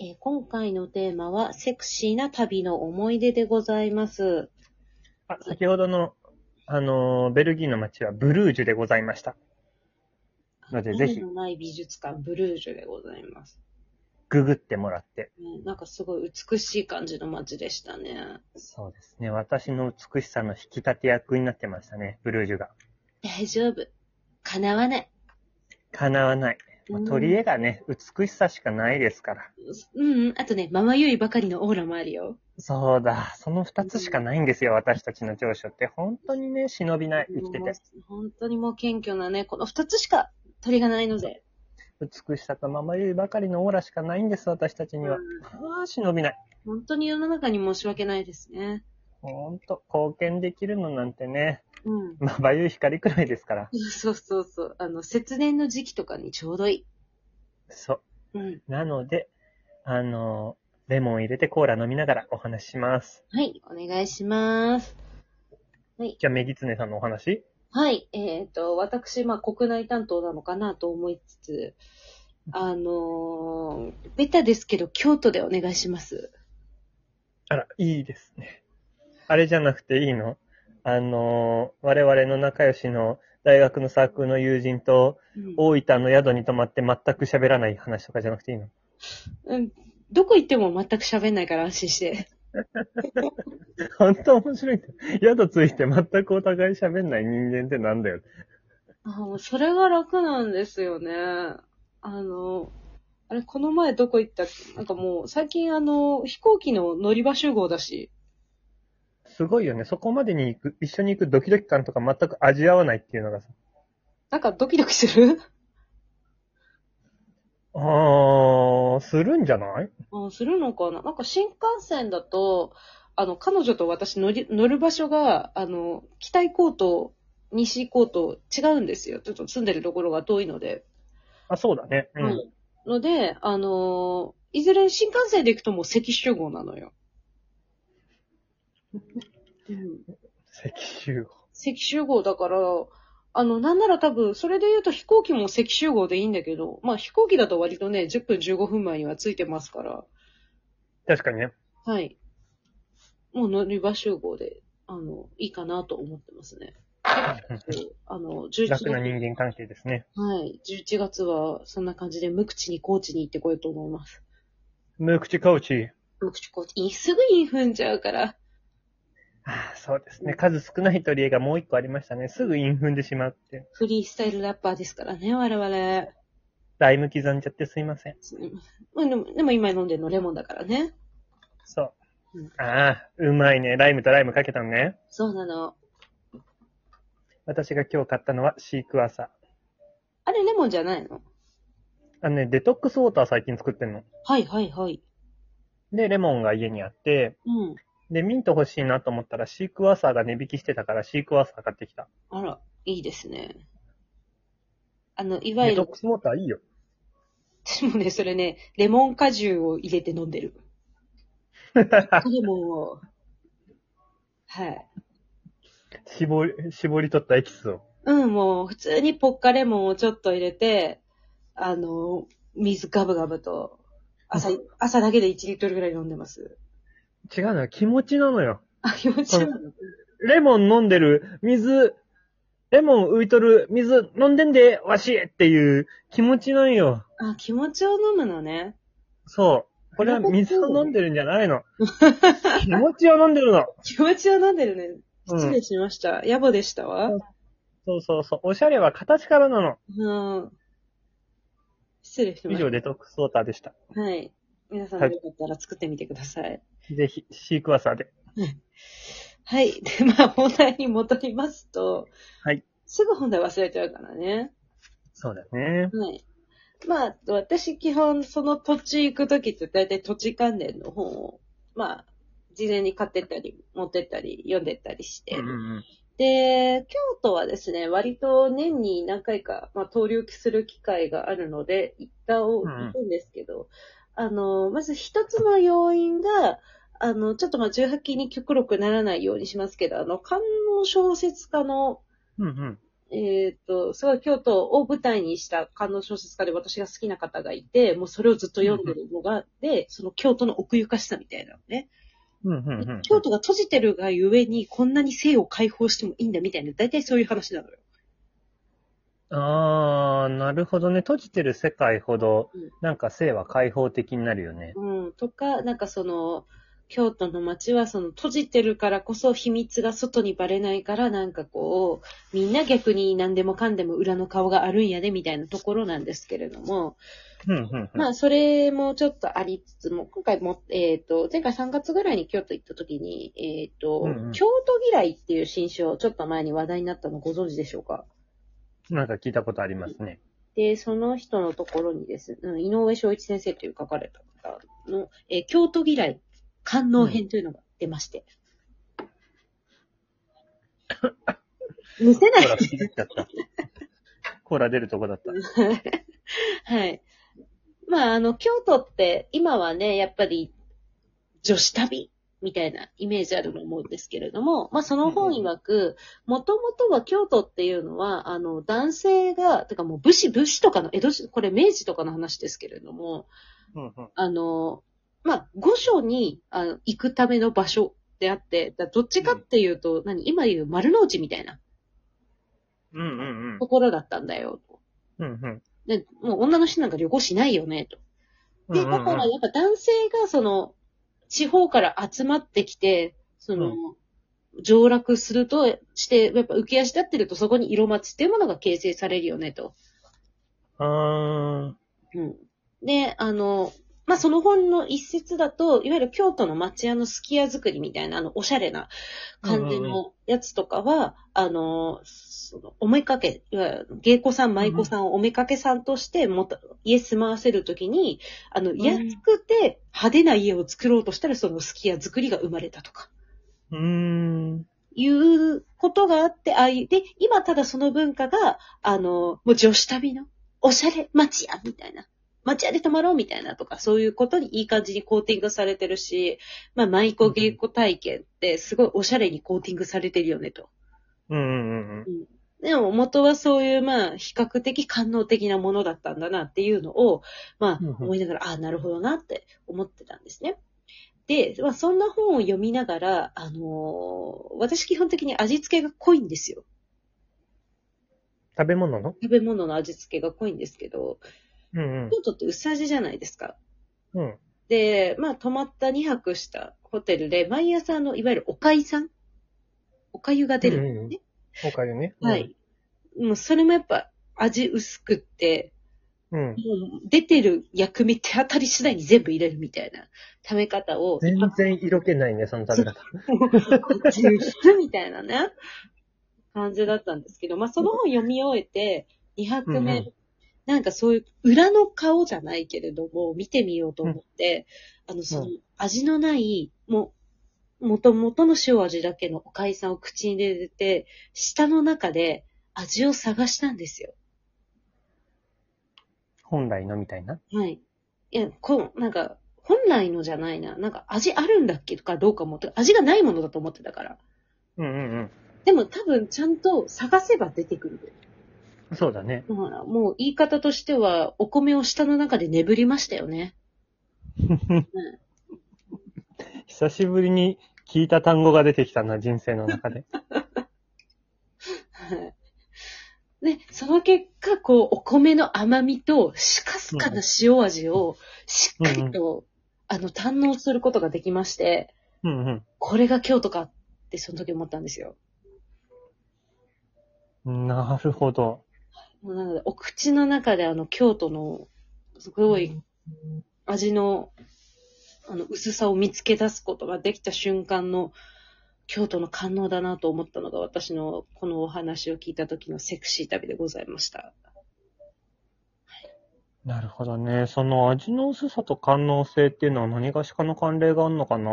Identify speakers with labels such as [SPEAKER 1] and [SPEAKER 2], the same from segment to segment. [SPEAKER 1] えー今回のテーマは、セクシーな旅の思い出でございます。
[SPEAKER 2] あ、先ほどの、あのーベルギーの街はブルージュでございました。ので、ぜ
[SPEAKER 1] 屋根
[SPEAKER 2] ひ、
[SPEAKER 1] のない美術館、ブルージュでございます。
[SPEAKER 2] ググってもらって。
[SPEAKER 1] ね、なんかすごい美しい感じの街でしたね。
[SPEAKER 2] そうですね。私の美しさの引き立て役になってましたね、ブルージュが。
[SPEAKER 1] 大丈夫。叶わない。
[SPEAKER 2] 叶わない。まあ
[SPEAKER 1] うん
[SPEAKER 2] 取り柄がね、美しさしかないですから。
[SPEAKER 1] うん、うん。あとね、ままゆいばかりのオーラもあるよ。
[SPEAKER 2] そうだ。その二つしかないんですよ、私たちの長所って。本当にね、忍びない、生きて
[SPEAKER 1] もう
[SPEAKER 2] て。
[SPEAKER 1] 本当にもう謙虚なね、この二つしか鳥がないので。
[SPEAKER 2] 美しさとままゆいばかりのオーラしかないんです、私たちには。ああ、忍びない。
[SPEAKER 1] 本当に世の中に申し訳ないですね。
[SPEAKER 2] ほんと、貢献できるのなんてね、
[SPEAKER 1] うん。
[SPEAKER 2] まばゆい光くらいですから。
[SPEAKER 1] そうそうそう。あの、節電の時期とかにちょうどい
[SPEAKER 2] そう。
[SPEAKER 1] い。うん。
[SPEAKER 2] なので、あの、レモン入れてコーラ飲みながらお話しします。
[SPEAKER 1] はい、お願いします。
[SPEAKER 2] じゃあ、メギツネさんのお話
[SPEAKER 1] はい、えっ、と、私、まあ、国内担当なのかなと思いつつ、あのーベタですけど、京都でお願いします。
[SPEAKER 2] あら、いいですね。あれじゃなくていいのあの、我々の仲良しの大学のサークルの友人と、
[SPEAKER 1] うん
[SPEAKER 2] 大分の宿に泊まって全く喋らない話とかじゃなくていいの
[SPEAKER 1] うん、どこ行っても全く喋んないから安心して。
[SPEAKER 2] 本当面白いんだよ。宿ついて全くお互い喋んない人間ってなんだよ。
[SPEAKER 1] あもうそれが楽なんですよね。あの、あれ、この前どこ行ったっけなんかもう、最近あの、飛行機の乗り場集合だし、
[SPEAKER 2] すごいよね。そこまでに行く、一緒に行くドキドキ感とか全く味合わないっていうのがさ。
[SPEAKER 1] なんかドキドキする
[SPEAKER 2] あー、するんじゃない
[SPEAKER 1] あするのかななんか新幹線だと、あの、彼女と私乗り、乗る場所が、あの、北行こうと、西行こうと違うんですよ。ちょっと住んでるところが遠いので。
[SPEAKER 2] あ、そうだね。うん。
[SPEAKER 1] はい。ので、あのーいずれ新幹線で行くともう赤集合なのよ。うん
[SPEAKER 2] 赤集合。
[SPEAKER 1] 赤集合だから、あの、なんなら多分、それで言うと飛行機も赤集合でいいんだけど、まあ飛行機だと割とね、10分15分前には着いてますから、
[SPEAKER 2] 確かにね。
[SPEAKER 1] はい。もう乗り場集合で、あの、いいかなと思ってますね。あの、11
[SPEAKER 2] 楽な
[SPEAKER 1] 月、
[SPEAKER 2] 人間関係ですね。
[SPEAKER 1] はい、11月はそんな感じで無口に高知に行ってこようと思います。
[SPEAKER 2] 無口コーチ。
[SPEAKER 1] 無口高知、すぐに踏んじゃうから。
[SPEAKER 2] ああ、そうですね。数少ない取り柄がもう一個ありましたね。すぐイン踏んでしまうって。
[SPEAKER 1] フリースタイルラッパーですからね、我々。
[SPEAKER 2] ライム刻んじゃってすいません。
[SPEAKER 1] すまあでも、でも今飲んでるのレモンだからね。
[SPEAKER 2] そう
[SPEAKER 1] うん。
[SPEAKER 2] ああ、うまいね。ライムとライムかけたのね。
[SPEAKER 1] そうなの。
[SPEAKER 2] 私が今日買ったのはシークワーサー。
[SPEAKER 1] あれレモンじゃないの
[SPEAKER 2] あのね、デトックスウォーター最近作ってんの。
[SPEAKER 1] はいはいはい。
[SPEAKER 2] で、レモンが家にあって、
[SPEAKER 1] うん。
[SPEAKER 2] で、ミント欲しいなと思ったらシークワーサーが値引きしてたからシークワーサー買ってきた。
[SPEAKER 1] あら、いいですね。あの、いわ
[SPEAKER 2] デ
[SPEAKER 1] ゆ
[SPEAKER 2] ト
[SPEAKER 1] る
[SPEAKER 2] ッ、クスウォーターいいよ。
[SPEAKER 1] 私もね、それね、レモン果汁を入れて飲んでる。レモンを。はい。
[SPEAKER 2] 絞り、絞り取ったエキスを。
[SPEAKER 1] うん、もう、普通にポッカレモンをちょっと入れて、あの、水ガブガブと、朝、朝だけで1リットルぐらい飲んでます。
[SPEAKER 2] 違うのよ。気持ちなのよ。
[SPEAKER 1] あ、気持ちいい。
[SPEAKER 2] レモン飲んでる、水、レモン浮いとる、水飲んでんで、わしっていう気持ちなんよ。
[SPEAKER 1] あ、気持ちを飲むのね。
[SPEAKER 2] そう。これは水を飲んでるんじゃないの。 気持ちを飲んでるの。
[SPEAKER 1] 気持ちを飲んでるね。
[SPEAKER 2] うん
[SPEAKER 1] 失礼しました。野暮でしたわ。
[SPEAKER 2] そうそうそう。おしゃれは形からなの。
[SPEAKER 1] うん。失礼しま
[SPEAKER 2] 以
[SPEAKER 1] し
[SPEAKER 2] 上、デトックスウォーターでした。
[SPEAKER 1] た。はい。皆さんも
[SPEAKER 2] はい
[SPEAKER 1] よかったら作ってみてください。
[SPEAKER 2] ぜひ、シークワーサーで。
[SPEAKER 1] はい。で、まあ、本題に戻りますと、
[SPEAKER 2] はい。
[SPEAKER 1] すぐ本題忘れちゃうからね。
[SPEAKER 2] そうだね。
[SPEAKER 1] はい。まあ、私基本、その土地行くときって大体土地関連の本を、まあ、事前に買ってったり、持ってったり、読んでったりして、
[SPEAKER 2] うんうんうん。
[SPEAKER 1] で、京都はですね、割と年に何回か、まあ、登留する機会があるので、行ったを、
[SPEAKER 2] うん
[SPEAKER 1] 行くんですけど、あの、まず一つの要因が、あの、ちょっとまあ、18禁に極力ならないようにしますけど、あの、観音小説家の、
[SPEAKER 2] うんうん。
[SPEAKER 1] えっ、と、すごい京都を舞台にした観音小説家で私が好きな方がいて、もうそれをずっと読んでるのが、で、その京都の奥ゆかしさみたいなのね。
[SPEAKER 2] うんうんうん。
[SPEAKER 1] 京都が閉じてるがゆえに、こんなに性を解放してもいいんだみたいな、大体そういう話なのよ。
[SPEAKER 2] あー、なるほどね。閉じてる世界ほど
[SPEAKER 1] うん、
[SPEAKER 2] なんか性は開放的になるよね。
[SPEAKER 1] うん、とか、なんかその、京都の街はその閉じてるからこそ秘密が外にバレないからなんかこう、みんな逆に何でもかんでも裏の顔があるんやでみたいなところなんですけれども、
[SPEAKER 2] うんうんうん。
[SPEAKER 1] まあそれもちょっとありつつも、今回も、えっ、と、前回3月ぐらいに京都行った時に、えっ、と、
[SPEAKER 2] うんうん
[SPEAKER 1] 京都嫌いっていう新書、ちょっと前に話題になったのご存知でしょうか
[SPEAKER 2] なんか聞いたことありますね。
[SPEAKER 1] で、その人のところにですね、うん井上昭一先生という書かれた方の、えー京都嫌い、官能編というのが出ま して。見せ
[SPEAKER 2] コ
[SPEAKER 1] な
[SPEAKER 2] ー
[SPEAKER 1] い
[SPEAKER 2] ラ出ちゃった。コーラ出るとこだった。
[SPEAKER 1] はい。まあ、あの、京都って、今はね、やっぱり、女子旅みたいなイメージあると思うんですけれども、まあ、その本曰く、もともとは京都っていうのは、あの、男性が、てかもう武士、武士とかの、江戸時、これ明治とかの話ですけれども、
[SPEAKER 2] うんうん。
[SPEAKER 1] あの、まあ、御所にあの行くための場所であって、だどっちかっていうと、何今言う丸の内みたいな
[SPEAKER 2] うんうんうん
[SPEAKER 1] ところだったんだよ。
[SPEAKER 2] うんうん。
[SPEAKER 1] でもう女の人なんか旅行しないよね、と。
[SPEAKER 2] うん
[SPEAKER 1] で、
[SPEAKER 2] うんう
[SPEAKER 1] だ
[SPEAKER 2] ん
[SPEAKER 1] からやっぱ男性がその、地方から集まってきて、その、上洛するとして、やっぱ浮き足立ってるとそこに色町っていうものが形成されるよね、と。
[SPEAKER 2] あー。
[SPEAKER 1] うん。で、あの、まあ、その本の一節だと、いわゆる京都の町屋のすき家作りみたいな、あの、おしゃれな感じ
[SPEAKER 2] うんうんう
[SPEAKER 1] のやつとかは、あの、その、おめかけ、いわゆる芸妓さん、舞妓さんをおめかけさんとしてもた、家住まわせるときに、あの、
[SPEAKER 2] ん
[SPEAKER 1] 安くて派手な家を作ろうとしたら、そのすき家作りが生まれたとか。
[SPEAKER 2] うーん。
[SPEAKER 1] いうことがあって、ああいう、で、今ただその文化が、あの、もう女子旅の、おしゃれ、町屋みたいな。町屋で泊まろうみたいなとか、そういうことにいい感じにコーティングされてるし、まあ、舞妓芸妓体験ってすごいおしゃれにコーティングされてるよねと。
[SPEAKER 2] うんうんうん。
[SPEAKER 1] でも元はそういう、まあ、比較的官能的なものだったんだなっていうのを、まあ、
[SPEAKER 2] うんうん
[SPEAKER 1] 思いながら、ああ、なるほどなって思ってたんですね。で、まあ、そんな本を読みながら、あのー私基本的に味付けが濃いんですよ。
[SPEAKER 2] 食べ物の
[SPEAKER 1] 食べ物の味付けが濃いんですけど、
[SPEAKER 2] うんうん
[SPEAKER 1] 京都って薄味じゃないですか。
[SPEAKER 2] うん。
[SPEAKER 1] で、まあ、泊まった2泊したホテルで、毎朝あの、いわゆるおかいさんおかゆが出るんですね。
[SPEAKER 2] うんうんおかゆね。
[SPEAKER 1] は。い。もうそれもやっぱ味薄くって、
[SPEAKER 2] うん。
[SPEAKER 1] もう出てる薬味手当たり次第に全部入れるみたいな食べ方を、
[SPEAKER 2] 全然色気ないね、その食べ方。
[SPEAKER 1] 自由みたいなね、感じだったんですけど、まあその本読み終えて、2拍目、
[SPEAKER 2] うんう
[SPEAKER 1] なんかそういう裏の顔じゃないけれども、見てみようと思って、あの、その
[SPEAKER 2] う
[SPEAKER 1] 味のない、もう、もともとの塩味だけのおかいさんを口に入れて、舌の中で味を探したんですよ。
[SPEAKER 2] 本来のみたいな。
[SPEAKER 1] はい。いや、こう、なんか、本来のじゃないな。なんか味あるんだっけとかどうかも。てか味がないものだと思ってたから。
[SPEAKER 2] うんうん
[SPEAKER 1] でも多分ちゃんと探せば出てくる。
[SPEAKER 2] うん。そうだね。
[SPEAKER 1] だからもう言い方としては、お米を舌の中で眠りましたよね。
[SPEAKER 2] 久しぶりに聞いた単語が出てきたな、人生の中で。
[SPEAKER 1] はい。で、その結果、こう、お米の甘みと、しかすかな塩味を、しっかりと、あの、堪能することができまして、
[SPEAKER 2] うんうん。
[SPEAKER 1] これが京都かって、その時思ったんですよ。
[SPEAKER 2] なるほど。
[SPEAKER 1] もうなので、お口の中であの、京都の、すごい、味の、あの、薄さを見つけ出すことができた瞬間の、京都の感能だなと思ったのが、私のこのお話を聞いた時のセクシー旅でございました。
[SPEAKER 2] なるほどね。その味の薄さと官能性っていうのは何がしかの関連があるのかな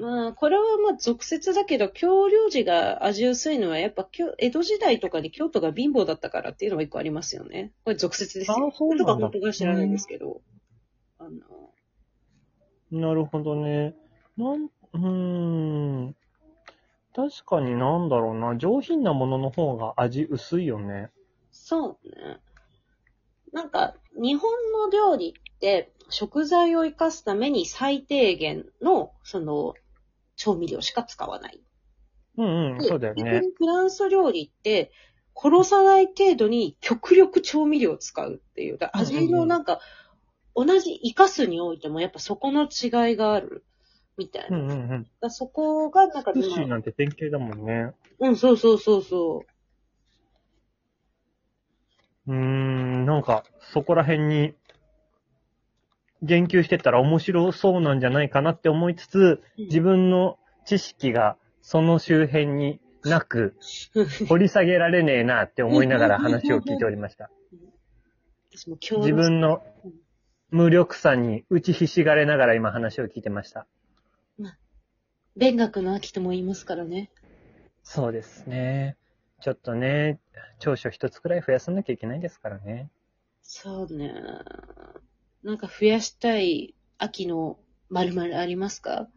[SPEAKER 1] まあ、これはまあ、俗説だけど、京料理が味薄いのは、やっぱ京、江戸時代とかに京都が貧乏だったからっていうのが一個ありますよね。これ俗説ですよ。
[SPEAKER 2] あそうなんだ
[SPEAKER 1] とか本当か知らないですけど。あの、
[SPEAKER 2] なるほどね。なん、うーん。確かになんだろうな、上品なものの方が味薄いよね。
[SPEAKER 1] そうね。なんか、日本の料理って、食材を生かすために最低限の、その、調味料しか使わない。
[SPEAKER 2] うんうん、
[SPEAKER 1] で
[SPEAKER 2] そうだよ
[SPEAKER 1] 逆
[SPEAKER 2] ね。
[SPEAKER 1] にフランス料理って、殺さない程度に極力調味料を使うっていう。だから味のなんか、同じ生かすにおいても、やっぱそこの違いがある。みたいうな。
[SPEAKER 2] んう
[SPEAKER 1] だ
[SPEAKER 2] ん
[SPEAKER 1] か
[SPEAKER 2] うん。
[SPEAKER 1] らそこが、なんか
[SPEAKER 2] クッシー
[SPEAKER 1] 今、
[SPEAKER 2] なんて典型だもんね。
[SPEAKER 1] うん、そうそうそうそう。
[SPEAKER 2] うーん、なんか、そこら辺に、言及してたら面白そうなんじゃないかなって思いつつ、
[SPEAKER 1] うん
[SPEAKER 2] 自分の知識がその周辺にな く、掘り下げられねえなって思いながら話を聞いており ました。
[SPEAKER 1] 私も今日
[SPEAKER 2] 自
[SPEAKER 1] の、
[SPEAKER 2] 分の無力さに打ちひしがれながら今話を聞いてました。
[SPEAKER 1] 勉学の秋とも言いますからね。
[SPEAKER 2] そうですね。ちょっとね、長所一つくらい増やさなきゃいけないですからね。
[SPEAKER 1] そうね。なんか増やしたい秋の〇〇ありますか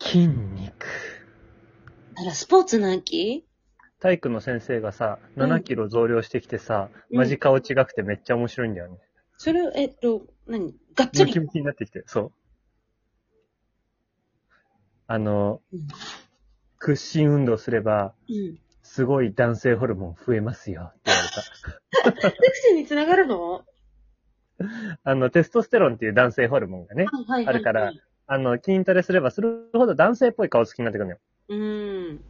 [SPEAKER 2] 筋肉。
[SPEAKER 1] あら、スポーツの秋
[SPEAKER 2] 体育の先生がさ、
[SPEAKER 1] うん
[SPEAKER 2] 7キロ増量してきてさ、
[SPEAKER 1] うん
[SPEAKER 2] マジ顔違くてめっちゃ面白いんだよね。
[SPEAKER 1] それ、えっと、何がっつ
[SPEAKER 2] ム
[SPEAKER 1] り
[SPEAKER 2] キ。ムキになってきて、そう。あの
[SPEAKER 1] うん、
[SPEAKER 2] 屈伸運動すれば、
[SPEAKER 1] うん。
[SPEAKER 2] すごい男性ホルモン増えますよって言われ
[SPEAKER 1] セ
[SPEAKER 2] た。
[SPEAKER 1] クシーにつながるのは
[SPEAKER 2] あの、テストステロンっていう男性ホルモンがね、
[SPEAKER 1] いはいはい。
[SPEAKER 2] あるから。あの、筋トレすればするほど男性っぽい顔つきになってくるのよ。
[SPEAKER 1] うん。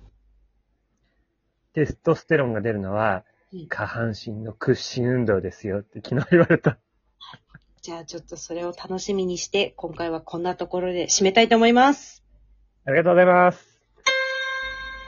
[SPEAKER 2] テストステロンが出るのは
[SPEAKER 1] うん、
[SPEAKER 2] 下半身の屈伸運動ですよって昨日言われた。
[SPEAKER 1] じゃあちょっとそれを楽しみにして、今回はこんなところで締めたいと思います。
[SPEAKER 2] ありがとうございます。